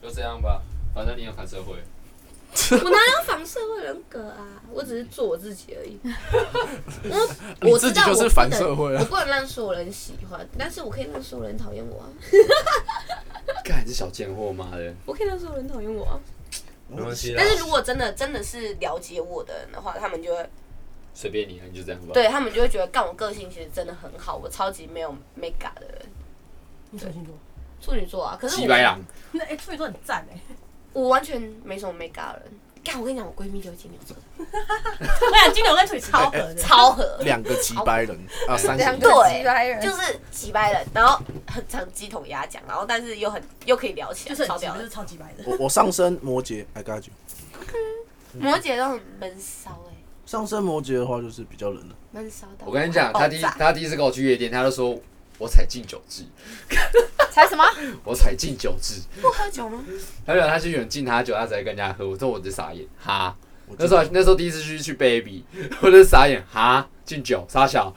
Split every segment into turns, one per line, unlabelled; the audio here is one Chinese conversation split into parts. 就这样吧，反正你有反社会。
我哪有反社会人格啊？我只是做我自己而 已。我
你
我
自
知
己
道
就
我
是
不
反
能，
社会
我
啊！
不能让所有人喜欢，但是我可以让所有人讨厌我啊！
干，这小贱货，妈的！
我可以让所有人讨厌我啊！
没关系啦
但，是如果真的真的是了解我的人的话，他们就会
随便你啊，你就这样吧。
对他们就会觉得，干我个性其实真的很好，我超级没有 mega 的人，
你什么星座？
处女座啊。可是
鸡白
我
狼，
那哎，处女座很赞 哎，
我完全没什么 mega 的人。干，我跟你讲，我闺蜜就是金牛座，
啊我想金牛跟处女超合的，
超合。
两个鸡掰人啊，三个
两
人
个
对
鸡掰人，
就是几百人，然后很常鸡同鸭讲，然后但是又很又可以聊起
就
来，
是
超
很级，
屌
就是
的。
超级白的。
我我上升摩羯，I 哎 got you。
摩羯都很闷骚哎，
上升摩羯的话就是比较冷的，
闷骚到
我跟你讲，
爆
他第一
炸
他第一次跟我去夜店，他就说我才禁酒制，
才什么？
我才禁酒制。
不喝酒吗？
他讲他去有人敬他酒，他才跟人家喝。我说我就傻眼，哈。
我
那时候那时候第一次去去 baby，我 就傻眼，哈，敬酒傻小。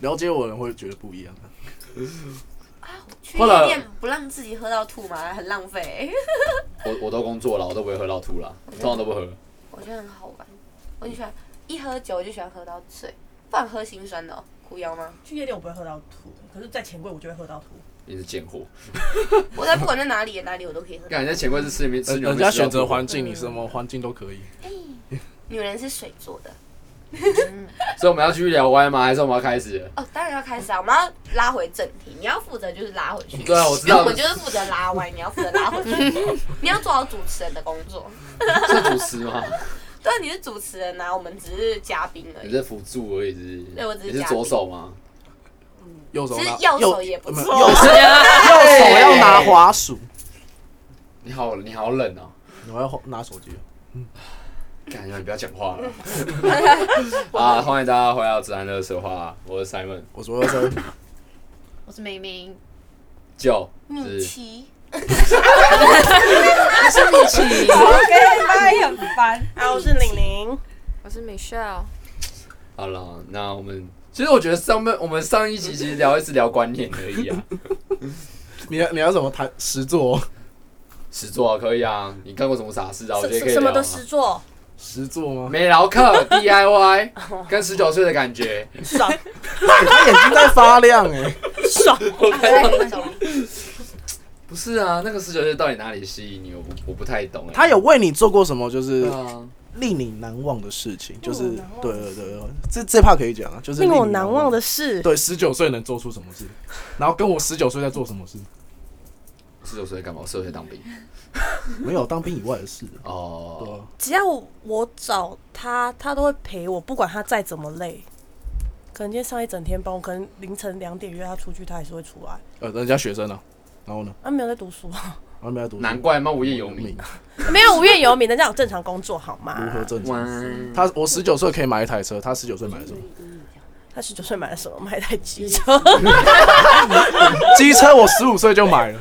了解我的人会觉得不一样。
去
后来
夜店不让自己喝到吐吗？很浪费 欸、
我我都工作了，我都不会喝到吐啦，我通常都不喝。
我觉得很好玩，我很喜欢一喝酒我就喜欢喝到醉，不然喝心酸的、哦。哭腰吗？
去夜店我不会喝到吐，可是，在钱柜我就会喝到 吐。
你是贱货，
我在不管在哪里哪里我都可 以喝。
感觉钱柜是吃里面吃
人
牛肉
呃人
面
家
吃到
选择
吐
环境，你什么环境都可以。
女人是水做的
所以我们要继续聊歪吗？还是我们要开始了？
哦，当然要开始啊！我们要拉回正题，你要负责就是拉回去。
对啊，我知道
我就是负责拉歪，你要负责拉回去， 你要做好主持人的工作。
是主持吗？
对啊，你是主持人啊，我们只是嘉宾而
你
已。
是辅助而已，是不是？
对我只是
你是
嘉宾
左手 吗？
右手
其实
拿
右手也不
没有
错
右手右
哎
手要拿滑鼠，
你好，你好冷哦、
我要拿手机。
感觉你不要讲话 了。啊，欢迎大家回到自然热蛇话，我是 Simon，
我说要生，
我是明明，
就
米
是
奇，
OK，他也很烦。
啊，我是玲玲，
我是 Michelle，
好了。那我们其实我觉得上面我们上一集其实聊一直聊观念而已啊，
你要你要什么谈实作？
实作啊可以啊，你干过什么傻事啊？我觉得可以聊、啊。
什么都实做，
实作吗？
美劳课 DIY
哦
跟十九岁的感觉，
爽
他眼睛在发亮哎、
爽。
不是啊？那个十九岁到底哪里吸引你？我不我不太懂哎、
他有为你做过什么就是
对啊，
令你难忘的事情？就是
令我难忘
对
的
对
事
对，对这这怕可以讲啊，就是
令我
你
难忘的。事，
对，十九岁能做出什么事？然后跟我十九岁在做什么事？
十九岁干嘛？我十九岁当兵
没有当兵以外的事。对
哦。
啊，
只要我找他，他都会陪我，不管他再怎么累。可能今天上一整天班，我可能凌晨两点约他出去，他还是会出来。
呃，人家学生啊，然后呢，
啊，没有在读 书，
然啊后没有读书，
难怪嘛，无业游民。
没有无业游民，人家有正常工作好吗？
如何正常？
哇，
他我十九岁可以买一台车，他十九岁买了什么？
他十九岁买了什么？买一台机车。
机车我十五岁就买了，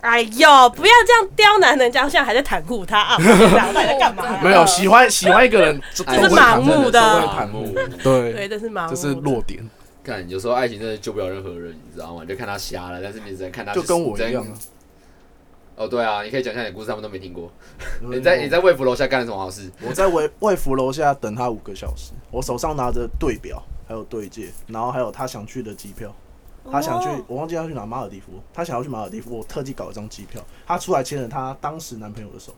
哎呦，不要这样刁难人家，我现在还在袒护他啊！我到底在干嘛啊
没有喜欢喜欢一个人就都
爱
这
会
是盲目的
真是盲目。
对
对，，这是盲目。
这是弱点，
看，有时候爱情真的救不了任何人，你知道吗？你就看他瞎了，但是你只能看他
就跟我一样
你
啊
只能。哦，对啊，你可以讲一下你的故事，他们都没听过。你在你在卫福楼下干了什么好事？
我在卫卫福楼下等他五个小时，我手上拿着对表，还有对戒，然后还有他想去的机票。他想去
哦，
我忘记他去哪马尔地夫，他想要去马尔地夫，我特地搞一张机票。他出来牵着他当时男朋友的手，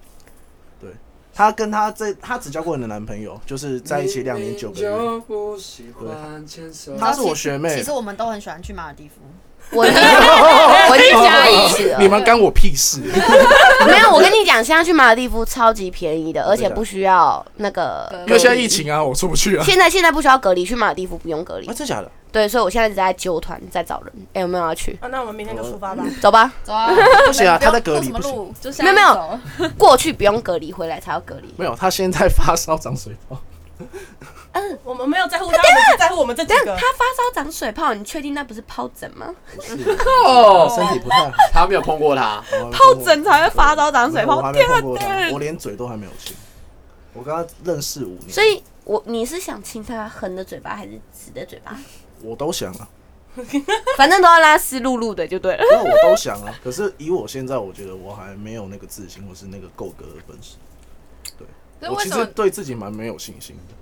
对，他跟他这他只交过你的男朋友，就是在一起两年九个月。
月
她是我学妹
其实我们都很喜欢去马尔地夫，
我一定 我一定加一次了
你们干我屁 事！
没有，我跟你讲，现在去马尔地夫超级便宜的，而且不需要那个
对。
因为现在疫情啊，我出不 去啊。
现在现在不需要隔离，去马尔地夫不用隔离
啊，。真假的？
对，所以我现在一直在揪团，在找人。哎、有没有要去？
啊，那我们明天就出发吧。
嗯
走吧，
走啊，
不 行啊
不
他
用
在隔离
录什么路？就现
没有
在
没有
走
过去不用隔离，回来才要隔离。
没有，他现在发烧长水泡，
我们没有在乎他，我们只在乎我们这几
但
个。
他发烧长水泡，你确定那不是疱疹吗？
哦，
身体 不太好。啊
他没有碰过他，
疱
疹才会发烧长水泡啊
我还没
啊
碰过他，我连嘴都还没有亲。我跟他认识五年，
所以我你是想亲他横的嘴巴还是直的嘴巴？
我都想啊，
反正都要拉丝露露的就对了。
那我都想啊， 可是以我现在，我觉得我还没有那个自信，或是那个够格的本事。
可是
我
为
其
什
实
么？
对自己蛮没有信心的。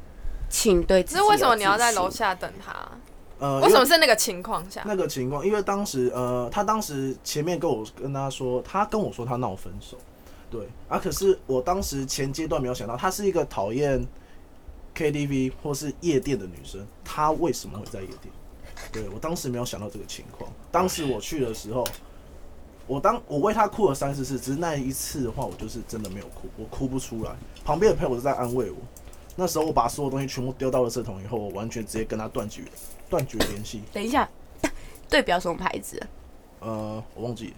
请对自己
可是
有自信。
为什么你要在楼下等他？
哦
呃，
为什
因
么是那个情况下？
那个情况？因为当时呃，他当时前面跟我跟他说，他跟我说他闹分手，对啊，可是我当时前阶段没有想到，她是一个讨厌 KTV 或是夜店的女生，她为什么会在夜店？对我当时没有想到这个情况，当时我去的时候。我当我为她哭了三四次，只是那一次的话，我就是真的没有哭，我哭不出来。旁边的朋友都在安慰我。那时候我把所有东西全部丢到了圾桶以后，我完全直接跟她断绝断绝联系。
等一下，对表什么牌子？
呃，我忘记了，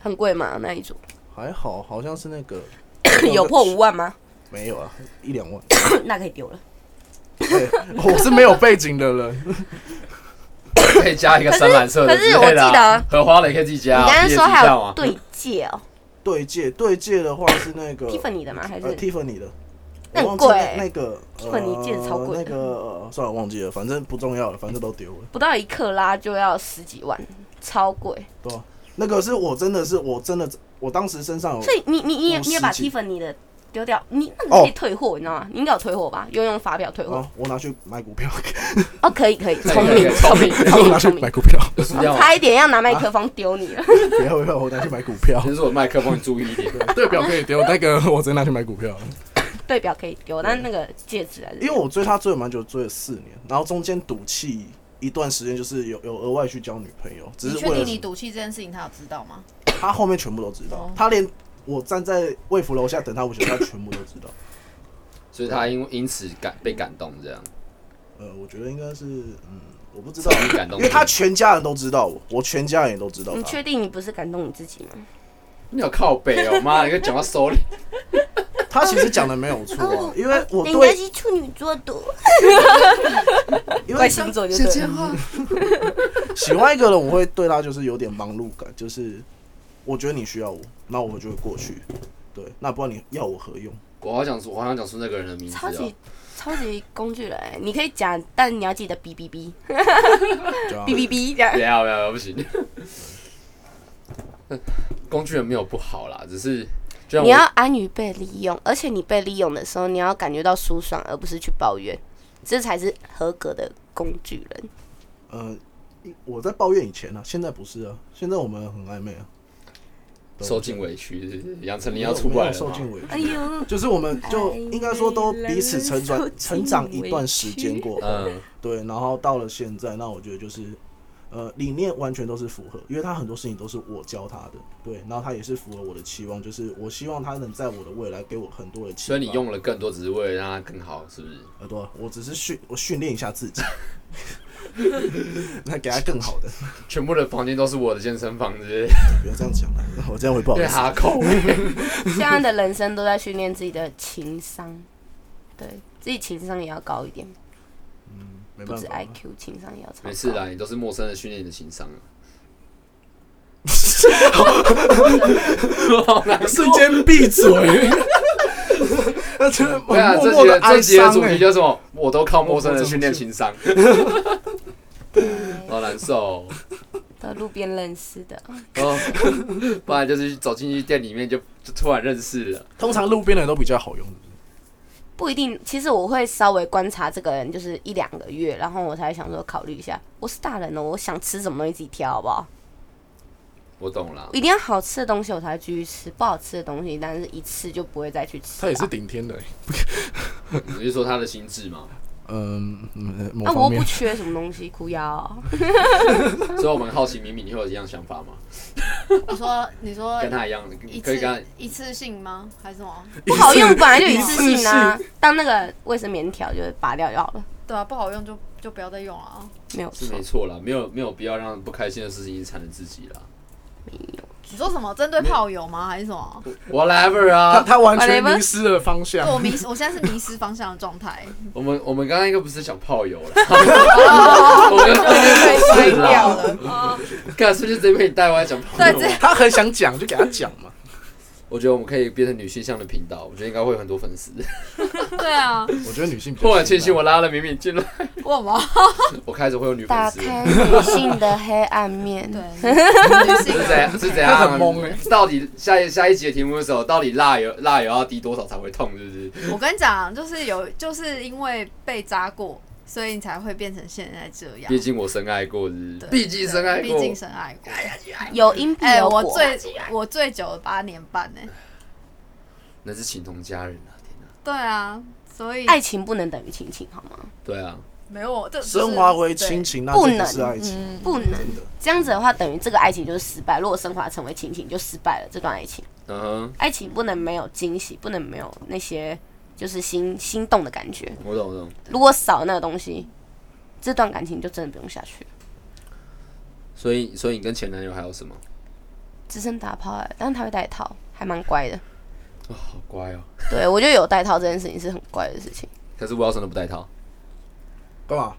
很贵吗？那一组
还好，好像是那个
有破五万吗？
没有啊，一两万。
那可以 丢了。
对， 我是没有背景的人，
可以加一个深蓝色的
可是
之类的
可是我记
啊
得，
荷花的也可以自己
你
加啊。
刚刚
毕业
说
纪
还
要
有
嘛
对戒哦
对戒对戒的话是那个
，Tiffany 的吗？还
呃
是
Tiffany 的，
那
我
很
忘记
贵
那
欸
那个
Tiffany 戒指超贵的
呃那个呃算了，忘记了，反正不重要了，反正都丢了。
不到一克拉就要十几万，超贵。
那个是我真的是我真的，我当时身上有
所以你你你也
哦五十
你也把
几
Tiffany 的丢掉，你那你
哦
可以退货，你知道吗？你应该有退货吧？有用发票退货
啊，我拿去买股票，
哦，可以可以，
可以
聪
可
明
以
聪明聪
我
明
拿去
聪明，
买股票，
有输掉吗？
差一点要啊拿麦克风丢你了。
不要不要，我拿去买股票。
先是我麦克风，你注意一点。
对，表可以丢，那个我直接拿去买 股票了。
对表可以丢，但那个戒指还是
因为我追她追了蛮久，追了四年，然后中间赌气一段时间，就是有有额外去交女朋友，只
你
是
确
为
定
了
你赌气这件事情他有知道 吗？
她后面全部都知道
哦，
她连我站在卫福楼下等她我觉得她全部都知 道。
所以他因因此感被感动，这样
呃，我觉得应该是，嗯，我不知道，
你感动
因为她全家人都知道我，我全家人也都知道
你
她。
确定你不是感动你自己吗？
你有靠背哦，妈，你跟讲话收敛。
她其实讲的没有错
哦
啊，因为我
人家
对，
是处女座的，
因
怪
为
星座就对了。
喜欢一个人，我会对他就是有点忙碌感，就是我觉得你需要我，那我就会过去。对，那不然你要我何用？
我好想说，我好想讲出那个人的名字
超级
哦。
超级工具人欸，你可以讲，但你要记得哔哔哔
对啊
哔哔哔这样
没。有没有不行。工具人没有不好啦，只是就像
你
我
要安于被利用，而且你被利用的时候，你要感觉到舒爽，而不是去抱怨，这才是合格的工具人。
呃，一我在抱怨以前啊，现在不是啊，现在我们很暧昧啊。对
受尽委屈，是不是杨丞
没
琳要
有
出来
没有
了
受
吗。
尽委屈，
哎呦，哎
就是我们就应该说都彼此成长成长一段时间过，
哎
嗯，
对，然后到了现在，那我觉得就是。呃，理念完全都是符合，因为他很多事情都是我教他的，对，然后他也是符合我的期望，就是我希望他能在我的未来给我很多的期
所
望。
以你用了更多，只是为了让他更好，是不是？
耳朵，我只是训我训练一下自己，那给他更 好的，
全部的房间都是我的健身房，是不是？
不要这样讲了，我这样会不好意
对，
思。
哈口。
现在的人生都在训练自己的情商，对自己情商也要高一点，
嗯，没
不
办
止
法。
IQ，情商也要超高。
没事啦，你都是陌生人训练你的情商啊。好难过
瞬间闭嘴。 那真的
对啊，
默
这
默
集
的
的
哀
这集的
伤
主
哎、
题叫什么？我都靠陌生人训练情商，好难受哦。
到路边认识的，
哦， 不然就是走进去店里面就就突然认识了。
通常路边的都比较好用，
不一定。其实我会稍微观察这个人，就是一两个月，然后我才想说考虑一下。我是大人了，哦我想吃什么东西自己挑，好不好？
我懂了，
一定要好吃的东西我才会继续吃，不好吃的东西，但是一次就不会再去吃。
顶天
欸
的、
你是说他的心智吗？
嗯嗯，某
那、啊我
方
又不
面。
缺什么东西，哭腰。
所以我们好奇敏敏，你会有一样想法吗？
你说你说
跟他一样，
呃一
可以跟他
次一次性吗？还是什么？
不好用本来就一次性啊，当那个卫生棉条就是拔掉就好了，
对啊，不好用就就不要再用了啊。
没有
是
错
没。错啦，没有没有必要让不开心的事情缠着自己啦。
你说什么？针对炮友吗？还是什么？
Whatever
他
啊，
他完全
Whatever
迷失了方向
对，我迷失，我现在是迷失方向的状态。
我们我们刚刚应该不是想泡友啦，我们被
歪掉了。
干是不是直接被你带歪讲泡友？
他很想讲，就给他讲嘛。
我觉得我们可以变成女性向的频道，我觉得应该会有很多粉丝。
对 啊，
我觉得女性比较
突然庆幸
辛辣
我拉了敏敏进来，
为什么？
我开始会有女粉
打
丝，
开女性的黑暗面。
对，女性
是啊怎样？是 怎
他
样？
很懵欸
到底下一下一集的题目是什么？到底辣油辣油要滴多少才会痛？是不是？
我跟你讲，就是有，就是因为被扎过，所以你才会变成现在这样
毕。竟我深爱过，是不是
啊对
毕竟深爱
毕
过。
竟深爱过。
有因必
哎、
有果。
我最我最久了八年半呢、
那是情同家人啊！天哪，
对啊，所以
爱情不能等于亲情，好吗？
对啊，
没有我这
升华为亲，情，那
不
这不
能
是爱情。
不能这样子的话，等于这个爱情就是失败。如果升华成为亲情，就失败了这段爱情。
嗯哼，
爱情不能没有惊喜，不能没有那些就是心心动的感觉。
我懂我懂。
如果少那个东西，这段感情就真的不用下去了，
所以所以你跟前男友还有什么？
只剩打炮了。但是他会戴套，还蛮乖的。
哦，好乖哦。
对我觉得有戴套这件事情是很乖的事情。
可是 Wilson 都不戴套，
干嘛？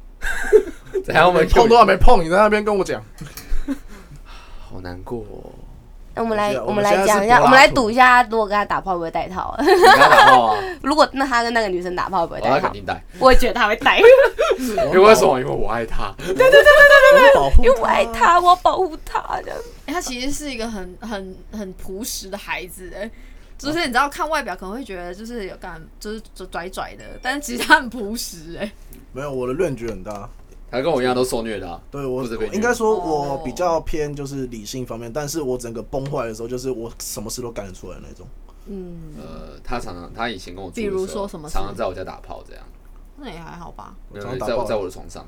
等下我们
碰都还没碰，你在那边跟我讲。
好难过哦。
那我们来，
我觉得
我们来
我们现在
讲一
是
下，
柏拉图
我们来赌一下，如果跟他打炮会不会戴套？
你跟他打炮啊？
如果那他跟那个女生打炮会不
哦
会
他
戴
肯
套？
定戴，
我也觉得他会 戴，
因为为什么？因为我爱他。
我保护
因为我爱他，我要保护他这样。
哎他其实是一个很很很朴实的孩子、哎，就是你知道看外表可能会觉得就是有干就是拽拽的，但是其实他很朴实哎、
没有，我的论据很大。
他跟我一样都受虐的啊。
对我
不是被虐
应该说，我比较偏就是理性方面，但是我整个崩坏的时候，就是我什么事都干得出来的那种。
嗯
呃，他常常他以前跟我住的
比如
时候
说什么事
常常在我家打炮这样，
那也还好吧。
我常常打
在
炮
我在我的床上，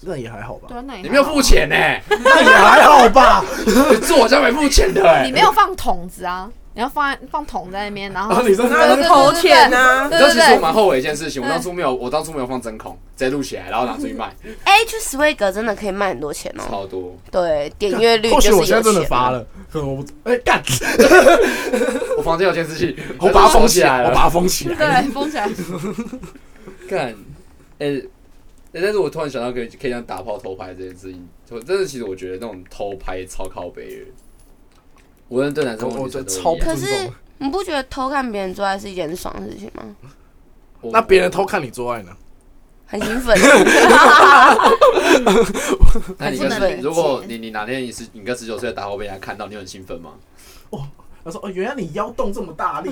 那也还好吧
对，啊，那也
你没有
还好
付钱欸呢，
那也还好吧。
你住我家没付钱的哎
你。没有放桶子啊，你要放在放桶在那边，然后、
啊 你说
对对对
投钱啊
对
你知道
对
其实我
对
蛮后悔一件事情，我当初没有，我当初没有放真空，直接录起来，然后拿出去卖，
嗯
哎、去 Swag 真的可以卖很多钱哦、
超多。
对，点阅率
或
就
许
是有
我
钱
现在
了。
真的发了，可能我不哎干，
我房间有监视器，
我把它
收
封
起
起
来
来，
了，
我把它封起来。
对，封起来。
干，哎、欸但是我突然想到可以可以这样打炮偷拍这件事情，我真的其实我觉得那种偷拍超靠北的，无论对男生或
我
女
觉
生
得
都
超
一
不
样。
可
尊
是
重。
你不觉得偷看别人做爱是一件很爽的事情吗？
我
那别人偷，看你做爱呢？
很 兴奋，
那你
还不能
跟
理解
如果你你哪天你是你跟十九岁的打火被人家看到，你很兴奋吗？
他说：“哦，原来你腰动这么大 力，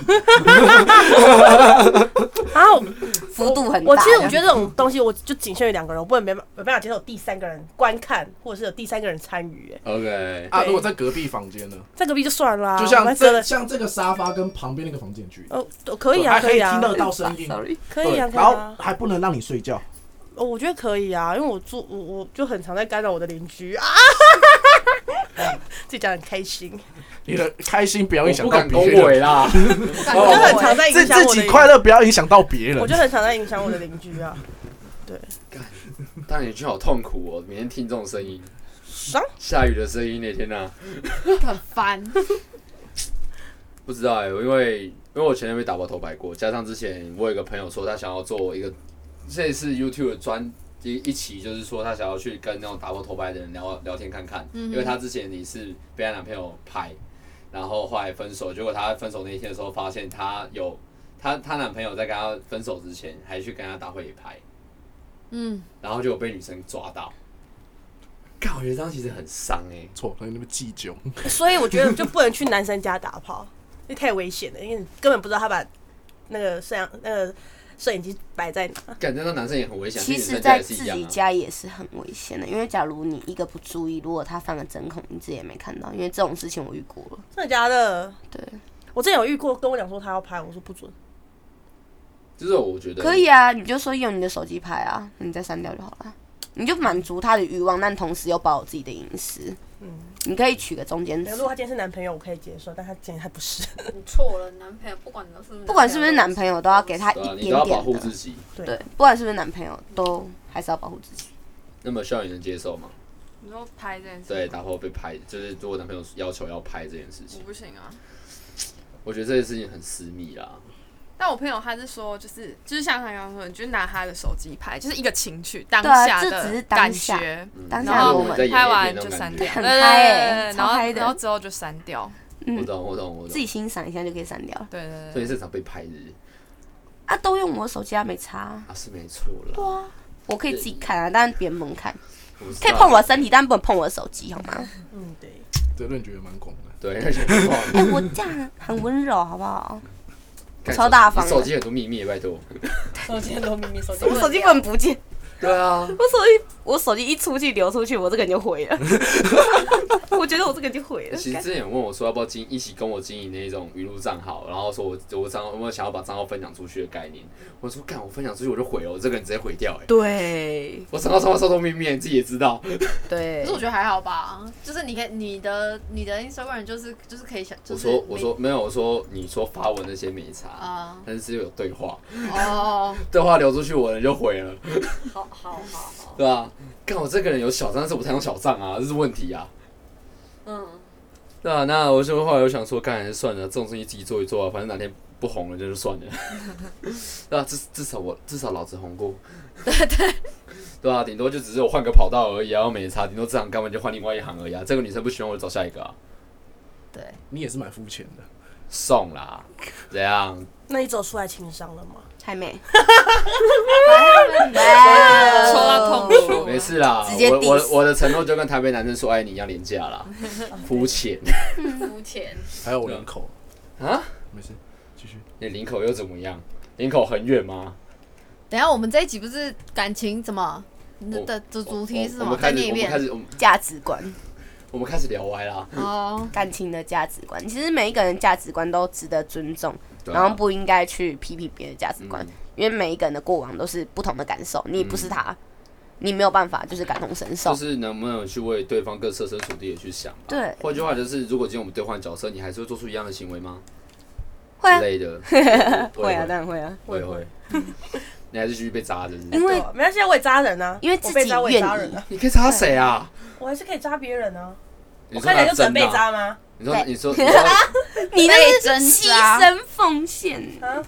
啊，我
幅度很大。
我其实我觉得这种东西，我就仅限于两个人，我不能没没办法接受有第三个人观看，或者是有第三个人参与。哎，
OK，
啊！如果在隔壁房间呢？
在隔壁就算了啊，
就
我
像
还折
这
了，
像这个沙发跟旁边那个房间距离，
哦，都可以
还
啊，
可
以
听
啊，
得到声音，
可以啊，可以
然后
啊，
还不能让你睡觉。
哦我觉得可以啊，因为我住我我就很常在干扰我的邻居啊， 自己讲得很开心，
你的开心不要影
我
响
不
到
敢恭
别人，
维啦，
感
我
觉
就
哦
很常在影
哦自
响
自
我的
己快
邻，
乐不要影响到别
我
人
就。很常在影响我的邻居啊，
但你就好痛苦哦，每天听这种声音，
爽。
下雨的声音那天啊呐、
很烦。
不知道哎、因为因为我前面被打包偷拍过，加上之前我有一个朋友说他想要做一个这一次 YouTube 的专一一期，就是说他想要去跟那种打包偷拍的人聊聊天看看，
嗯
因为他之前也是被她男朋友拍，然后后来分手，结果她分手那一天的时候发现她有她她男朋友在跟她分手之前还去跟她打会拍，
嗯，
然后就有被女生抓到，看我觉得这样其实很伤哎、
错，所以你们记酒，
所以我觉得就不能去男生家打炮，那太危险了，因为你根本不知道他把那个摄像那个摄影机摆在哪。
感觉到男生也很危险，
啊其
跟女
实，
生家
在
也是
自
一样
己
啊。
家也是很危险的，因为假如你一个不注意，如果他放个针孔，你自己也没看到，因为这种事情我遇过了。
真的假的？
对，
我之前有遇过，跟我讲说他要拍，我说不准。
就是我觉得
可以啊，你就说用你的手机拍啊，你再删掉就好了。你就满足他的欲望，但同时又保有自己的隐私。你可以取个中间
比
值
如，说他今天是男朋友，我可以接受，但他今天他不是。
你错了，男朋友不管你是
不管是不是男朋友，都要给他
对啊，
一
你都要
点
保
点
护
的。
自己。
对
对，不管是不是男朋友，都还是要保护自己。
那么校园能接受吗？
你说拍这件事，
对，打后被拍，就是如果男朋友要求要拍这件事
我
情，
不行啊。
我觉得这件事情很私密啦。
但我朋友他是说，就是就是像他刚刚说，你就拿他的手机拍，就是一个情趣当
对啊
下
这
的
只是当
感
下
觉，
当
然
下的
后
嗯我
我
们
们
在演
拍完
那
就
种感
删掉，
觉。
很
对对
嗨
对
欸
对
超
然后
嗨的
然后之后就删掉，
我懂，我懂，我
自己
懂。
欣赏一下就可以删掉了。
对对
所
对
以。是常被拍日，
啊，都用我手机啊，没差啊，
啊是没错啦，
我可以自己看啊，但是别人不能看，
我不知道
可以碰我的身体，但不能碰我的手机，好吗？
嗯， 对，
这论觉得蛮广的。
对， 而且不碰
哎、我这样很温柔，好不好？
干
超大方的
手机很多秘密，拜托。
手机很多秘密，手机
我手机不能不见，
对啊，
我手机我手机一出去流出去，我这个人就毁了。我觉得我这个人就毁了。
哎其实之前有问我说要不要经一起跟我经营那种语录账号，然后说我我账号我想要把账号分享出去的概念，我说干我分享出去我就毁了，我这个人直接毁掉哎、
对
我账号上面偷偷秘密，你自己也知道，
对
可是我觉得还好吧，就是你可以你的你的 Instagram 就是就是可以想，就
我
是
说我
每
说没有，我说你说发文那些没差，
啊
但是只有对话，
哦，
对话流出去我人就毁了，
好好好好，
对啊？看我这个人有小账，但是我太用小账啊，这是问题啊。
嗯，
对啊，那我就后来我想说，干还是算了，这种东西自己做一做啊，反正哪天不红了这就算了。 对啊，至至少我至少老子红 过。对对。对啊，顶多就只是我换个跑道而已啊，然后没差，顶多这行干完就换另外一行而已啊。这个女生不喜欢我，找下一个啊，
对，
你也是蛮肤浅的，
送啦，怎样？
那你走出来情商了吗？
还没
戳到痛处，
没事啦
直，接
我我
diss
我的承诺就跟台北男生说爱你一样廉价 啦，肤浅
肤浅，
还有我领口，
啊！
没事，继续。
你领口又怎么样？领口很远吗？
等一下我们这一集不是感情怎么
我
的的主题是什
我
么
们？
再
开始
念一
我们开
遍
始我们
价值观，
我们开始聊歪啦，
哦，
感情的价值观，其实每一个人价值观都值得尊重，
对啊
然后不应该去批评别人的价值观
嗯，
因为每一个人的过往都是不同的感受，你不是他，你没有办法就是感同身受
就。是能不能去为对方更设身处地的去想吧。
对
换句话就是，如果今天我们兑换角色，你还是会做出一样的行为吗？
会啊
之，类的，我
会
也
啊，当然会啊，
我也 会。你还是继续被扎着，是不
因
是？
为
对啊没关系，我也扎人啊，
因为
我
自
被
己
扎我也
愿
扎
意
人啊，
你可以扎谁啊？
我还是可以扎别人啊。
你
我
说
看起来
拿
就只能
针
被
啊？
扎吗？
你说
对
你说你 说
你那是牺
扎
牲奉献，
啊，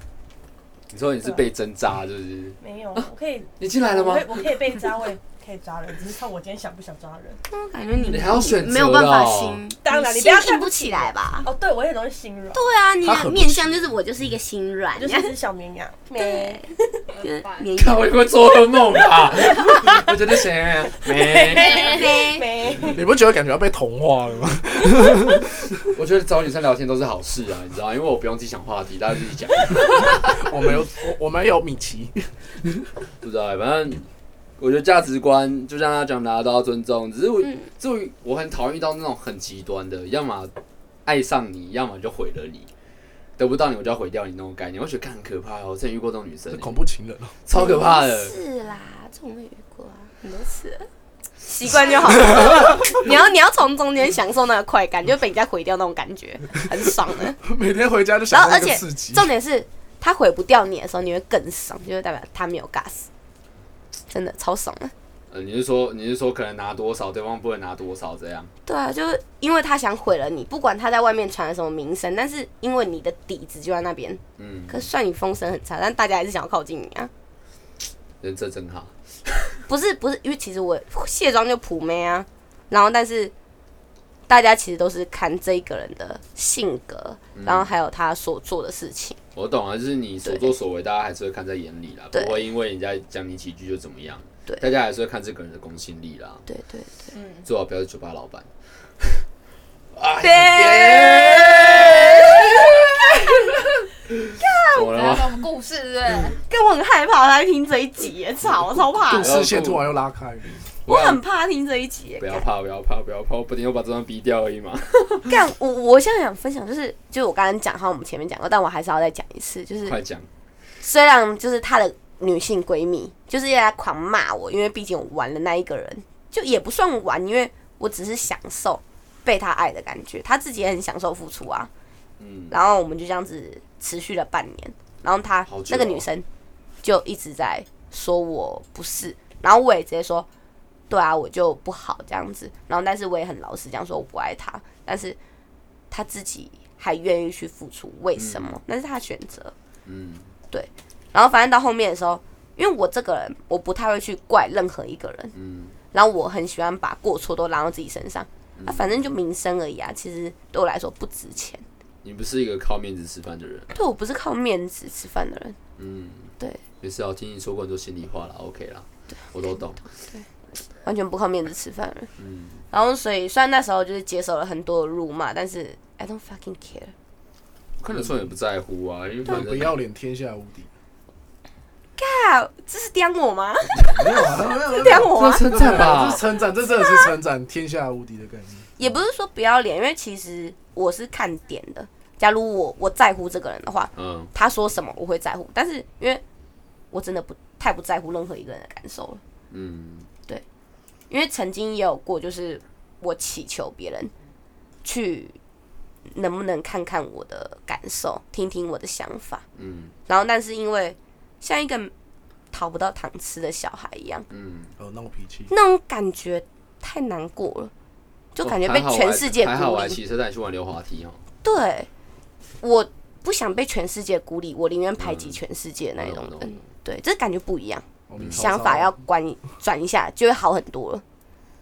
你说你是被针扎，是不是？
没有，
哦
我可以
你进来了吗
我可？以我可以被扎，我也可以扎人，只是看我今天想不想扎人。
我感觉你
你还要选择
没有办法
的哦
心，
当然
你
你不要
心硬
看
不
不
起来吧？
哦，对，我也容易心软，
对啊，你
他很
的
不
面相就是我就是一个心软
我， 就是一只小绵羊。
对，就是绵
看我有没有做噩梦啊？ 我觉得谁啊没？
羊。
没，
你不觉得感觉要被同化了吗？
我觉得找女生聊天都是好事啊，你知道，因为我不用自己想话题，大家自己讲。
我们有我我们有米奇，
不知道、欸，反正我觉得价值观就像他讲的，大家都要尊重。只是我，
嗯
至于我很讨厌遇到那种很极端的，要么爱上你，要么就毁了你，得不到你我就要毁掉你那种概念。我觉得干很可怕哦，我之前遇过这种女生欸、
这恐怖情人哦。
超可怕的。
是啦，这种我也遇过啊，很多次了。 习惯就好了， 你要你要从中间享受那个快感，就被人家毁掉那种感觉，很爽 的。
每天回家就
然
想
后
到
而
一个
且
刺激，
重点是，他毁不掉你的时候，你会更爽，就是代表他没有 gas，真的超爽的。
呃，你是说你是说可能拿多少，对方不能拿多少这样？
对啊，就是因为他想毁了你，不管他在外面传了什么名声，但是因为你的底子就在那边，
嗯，
可是算你风声很差，但大家还是想要靠近你啊。
人这真好。
不是不是，因为其实我卸妆就普妹啊，然后但是大家其实都是看这一个人的性格，然后还有他所做的事情。
我懂啊，就是你所作所为，大家还是会看在眼里啦，
对
不会因为人家讲你几句就怎么样。
对嗯
大家还是会看这个人的公信力啦。
对对对，
最好不要是酒吧老板。 哎 怎么了
然
吗？
后我们故事对
嗯
不对？
跟我很害怕他听这一集耶，超超怕
故
的，
事线突然又拉开了。
我很怕听这一集耶
不。要怕，不要怕，不要怕，我不顶多把这段逼掉而已 嘛。
干，我我现在想分享就是，就是我刚刚讲，好像我们前面讲过，但我还是要再讲一次，就是
快讲，
虽然就是她的女性闺蜜，就是也来狂骂我，因为毕竟我玩了那一个人，就也不算玩，因为我只是享受被她爱的感觉，她自己也很享受付出啊。
嗯，
然后我们就这样子持续了半年，然后她
好久哦
那个女生就一直在说我不是，然后我也直接说，对啊，我就不好这样子，然后但是我也很老实讲说我不爱她，但是她自己还愿意去付出，为什么？那是她选择。
嗯，
然后反正到后面的时候，因为我这个人我不太会去怪任何一个人，
嗯，
然后我很喜欢把过错都拉到自己身上，啊，反正就名声而已啊，其实对我来说不值钱。
你不是一个靠面子吃饭的人，
对我不是靠面子吃饭的人，
嗯，
对，
也是要听你说过很多心里话啦 o、k 啦，我都懂，
完全不靠面子吃饭了。
嗯，
然后所以虽然那时候就是接受了很多的辱骂，但是 I don't fucking care。
看得出来你不在乎啊，因为反
很
正
不要脸，天下无敌。
啊，这是刁我吗？
没有啊，没有没 有，
刁我
这
吗？
是称赞
这
吧
是？称赞，这真的是称赞，天下无敌的概念。
也不是说不要脸，因为其实我是看点的。假如我我在乎这个人的话，
嗯，
他说什么我会在乎，但是因为我真的不太不在乎任何一个人的感受了。
嗯，
因为曾经也有过，就是我祈求别人去能不能看看我的感受，听听我的想法，
嗯，
然后但是因为像一个讨不到糖吃的小孩一样，
嗯，
哦，闹脾气，
那种感觉太难过了，就感觉被
哦还好我还
全世界
还好
孤
我还
立。
骑车带你去玩溜滑梯哦，
对，我不想被全世界孤立，我宁愿排挤全世界那嗯一种
懂懂
人
懂。
对，这感觉不一样。
哦你
想
超
法
糟
要关转一下，就会好很多了。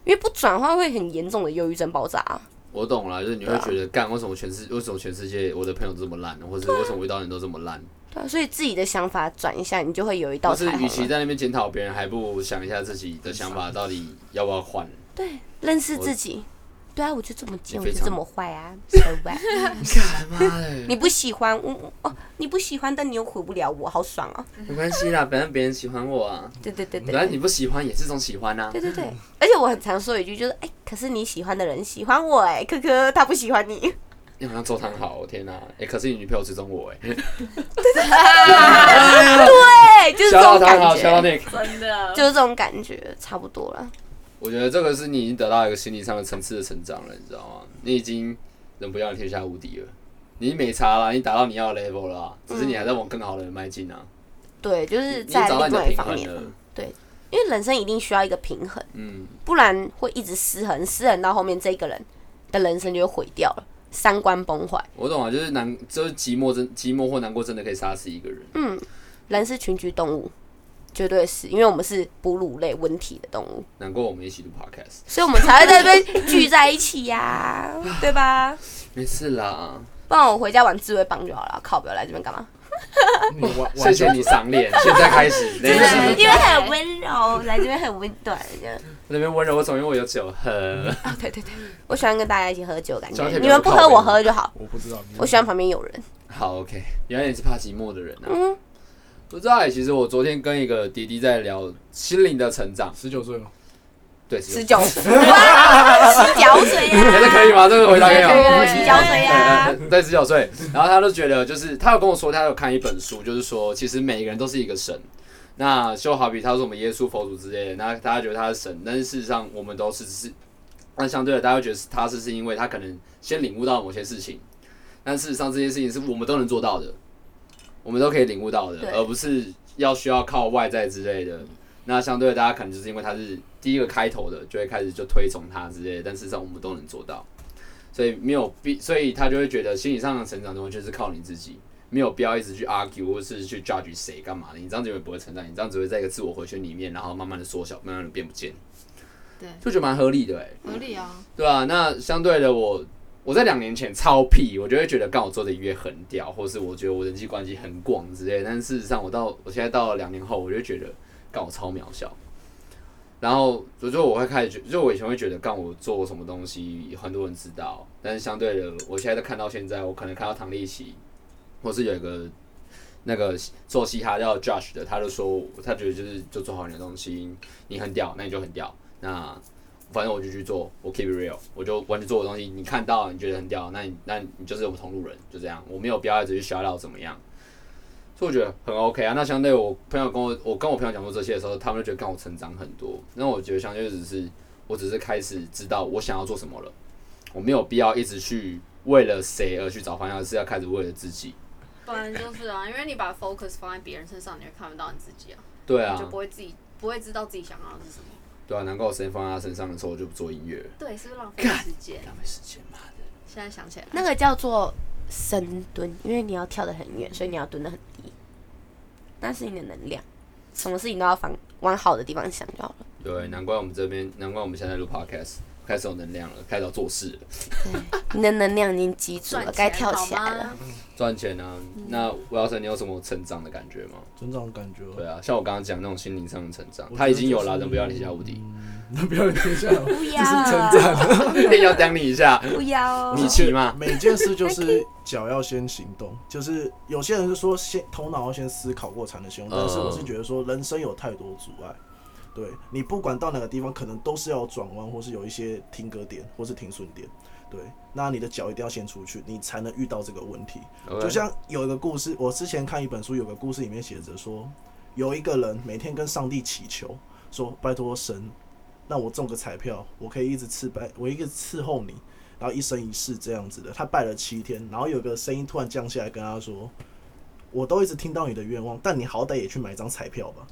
因为不转的话，会很严重的忧郁症爆炸啊、
我懂了，就是你会
对啊
觉得干、为什么全世为什么全世界我的朋友都这么烂，或
啊
者为什么我遇到的人都这么烂？
对啊，所以自己的想法转一下，你就会有一道
但
彩
是与
虹
其
了。
在那边检讨别人，还不如想一下自己的想法到底要不要换。
对，认识自己。对啊，我就这么贱，
你
我
非
就
常
这么坏啊，so bad。
干嘛嘞？
你不喜欢我我哦，你不喜欢，但你又毁不了我，好爽哦。
没关系啦，反正别人喜欢我 啊，
对对对对
反正你
对，
不喜欢也是种喜欢啊
对。对对。而且我很常说一句，就是哎、可是你喜欢的人喜欢我哎、科科他不喜欢你，
你好像周汤好，我天哪！哎，可是你女朋友追踪我 哎，
对，啊就是这
小
种
汤
感
好，小
觉，
那个。
真的
就是这种感觉，差不多了。
我觉得这个是你已经得到一个心理上的层次的成长了，你知道吗？你已经人不要天下无敌了，你没差啦，你达到你要的 level 了啊，只是你还在往更好的迈进啊。
对，就是
你
嗯在
找到
另
你的
外一
平
方
衡
面
了，
因为人生一定需要一个平衡，
嗯，
不然会一直失衡，失衡到后面这个人的人生就会毁掉了，三观崩坏。
我懂啊，就是难，就是寂寞真寂寞或难过真的可以杀死一个人。
嗯，人是群居动物，绝对是因为我们是哺乳类温体的动物，
难过我们一起录 podcast，
所以我们才会在这边聚在一起呀、对吧？
没事啦，
不然我回家玩自卫棒就好了，靠，不要来这边干嘛？
你玩玩
谢谢你赏脸，现在开 始，那
就
边
是
是
因为很温柔，来这边很温暖这样。
那边温柔，为什么？因为我有酒喝，
啊，对对对，我喜欢跟大家一起喝酒，感
小
觉
铁
你们不喝我喝就好。
我不知道，你
我喜欢旁边有人，
好 OK，原来你是怕寂寞的人啊。
嗯，
不知道欸，其实我昨天跟一个弟弟在聊心灵的成长，
十九岁吗？
对，
吃脚水，哇吃脚水呀、
这可以吗？这个回答可以啊
对
吗？
啊，洗脚水呀，
对，十九岁，然后他就觉得，就是他有跟我说，他有看一本书，就是说，其实每一个人都是一个神。那就好比他说我们耶稣、佛祖之类的，那大家觉得他是神，但是事实上我们都是只是，那相对的，大家会觉得他是是因为他可能先领悟到某些事情，但事实上这些事情是我们都能做到的，我们都可以领悟到
对
的，而不是要需要靠外在之类的。那相对的，大家可能就是因为他是第一个开头的，就会开始就推崇他之类的，但事实上我们都能做到，所以没有必，所以他就会觉得心理上的成长完全是靠你自己，没有必要一直去 argue 或是去 judge 谁干嘛的，你这样子永远不会成长，你这样只会在一个自我回圈里面，然后慢慢的缩小，慢慢的变不见，
对
就觉得蛮合理的哎、
合理啊，
对啊，那相对的我，我在两年前超屁，我就会觉得干我做的音乐很屌，或是我觉得我人际关系很广之类的。但事实上，我到我现在到了两年后，我就觉得干我超渺小。然后，就就我会开始觉，就我以前会觉得干我做什么东西很多人知道，但是相对的，我现在看到现在，我可能看到唐立奇，或是有一个那个做嘻哈叫 Josh 的，他就说他觉得就是就做好你的东西，你很屌，那你就很屌，那反正我就去做，我 keep it real，我就完全做我的东西。你看到你觉得很屌，那你那你就是我同路人，就这样。我没有必要一直去 shout out 怎么样，所以我觉得很 OK 啊。那相对我朋友跟我，我跟我朋友讲过这些的时候，他们就觉得跟我成长很多。那我觉得相对只是，我只是开始知道我想要做什么了，我没有必要一直去为了谁而去找方向，而是要开始为了自己。
本来就是啊，因为你把 focus 放在别人身上，你会看不到你自己啊，
对啊
就，不会自己不会知道自己想要的是什么。
对啊，难怪我时间放在他身上的时候，我就不做音乐了，
对，是不是浪费时间？
浪费时间嘛。
现在想起来，
那个叫做深蹲，因为你要跳得很远，所以你要蹲得很低，那是你的能量。什么事情都要往往好的地方想就好了。
对，难怪我们这边，难怪我们现在录 podcast，开始有能量了，开始要做事了，
你的能量已经积足
赚
了，
钱
该跳起来
好
了
吗。
赚钱啊。那吴耀成，你有什么成长的感觉吗？
真这种感觉哦。
对啊，像我刚刚讲那种心灵上的成长
我，觉得
他已经有了，
就是
人不要天下无敌，
那 不要停下来，
不
这是成长。
要当你一 下，
不要
米奇嘛。
每件事就是脚要先行动，就是有些人是说先头脑要先思考过才能行动，但是我是觉得说人生有太多阻碍，对你不管到哪个地方，可能都是要转弯，或是有一些停格点，或是停损点。对，那你的脚一定要先出去，你才能遇到这个问题。就
啊
像有一个故事，我之前看一本书，有个故事里面写着说，有一个人每天跟上帝祈求，说拜托神，让我中个彩票，我可以一直伺拜，我一个伺候你，然后一生一世这样子的。他拜了七天，然后有个声音突然降下来跟他说，我都一直听到你的愿望，但你好歹也去买张彩票吧。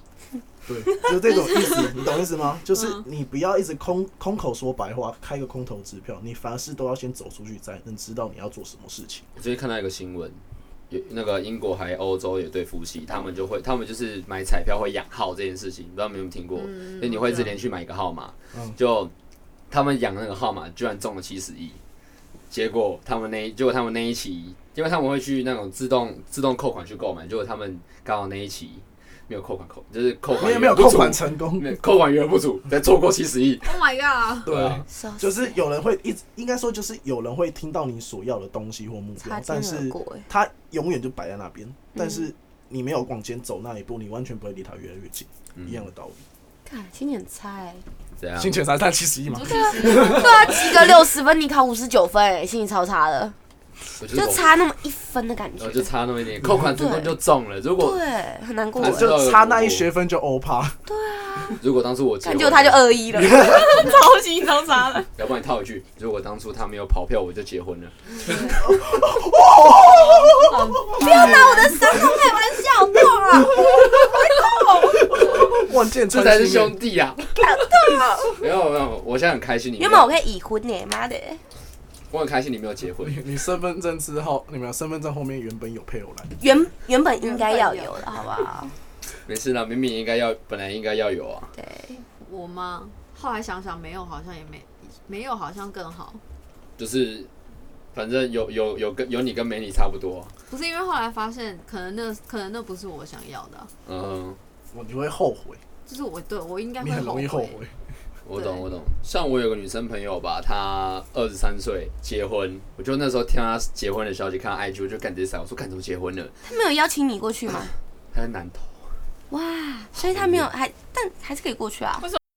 对，就是这种意思，你懂意思吗？就是你不要一直空空口说白话，开个空头支票，你凡事都要先走出去，才能知道你要做什么事情。
我最近看到一个新闻，有那个英国还欧洲有对夫妻，他们就会，他们就是买彩票会养号这件事情，不知道你们有没有听过？
嗯
嗯
就你
啊
会一直连续买一个号码，
嗯
就他们养那个号码居然中了七十亿，结果他们那一结果他们那一期，因为他们会去那种自动自动扣款去购买，结果他们刚好那一期没有扣款扣，就是扣款
没有没有
余额不
扣
足
款，成功，
没有扣款余额不足，再错过七十亿，
Oh my god！
对啊，
So
就是有人会一直应该说就是有人会听到你所要的东西或目
擦
标，
肩
但
而
是
过欸
他永远就摆在那边，但是你没有往前走那一步，你完全不会离他越来越近，一样的道理。
看心情很差哎，
嗯这样
钱才占七十亿嘛，
对啊，及格六十分，你考五十九分哎，心情超差的，
我
就
我
差那么一分的感
然
觉
哦后。就差那么一
啊
点，扣款成功就中了。如果
对，很难过
还
欸，
是
就差那一学分就 欧趴，
如果当初我结
感
婚
觉他就二一 了。
超级超 差的，
要不然你套一句，如果当初他没有跑票，我就结婚了。
不要拿我的伤痛开玩笑，痛啊！
万箭
这
穿
才是
心耶
兄弟啊！没有没有，我现在很开心你没
原
有，
本我可以已婚呢，妈的，
我很开心你没有结婚。
你身份证字号，你们身份证后面原本有配偶栏，
原原本应该要有的，好不好？
没事啦，明明应该要，本来应该要有啊。
对，
我吗？后来想想，没有好像也没没有好像更好，
就是反正有有有跟有你跟没你差不多。啊
不是因为后来发现，可能那可能那不是我想要的啊，
嗯，
我你会后悔，
就是我对我应该
你
会
很容易后
悔。
悔。
我
对
懂我懂。像我有个女生朋友吧，她二十三岁结婚，我就那时候听她结婚的消息，看她 IG，我就感觉傻，啊我说看怎么结婚了？
他没有邀 请你过去吗？
她在南投，
哇，所以他没有还，但还是可以过去啊。
为什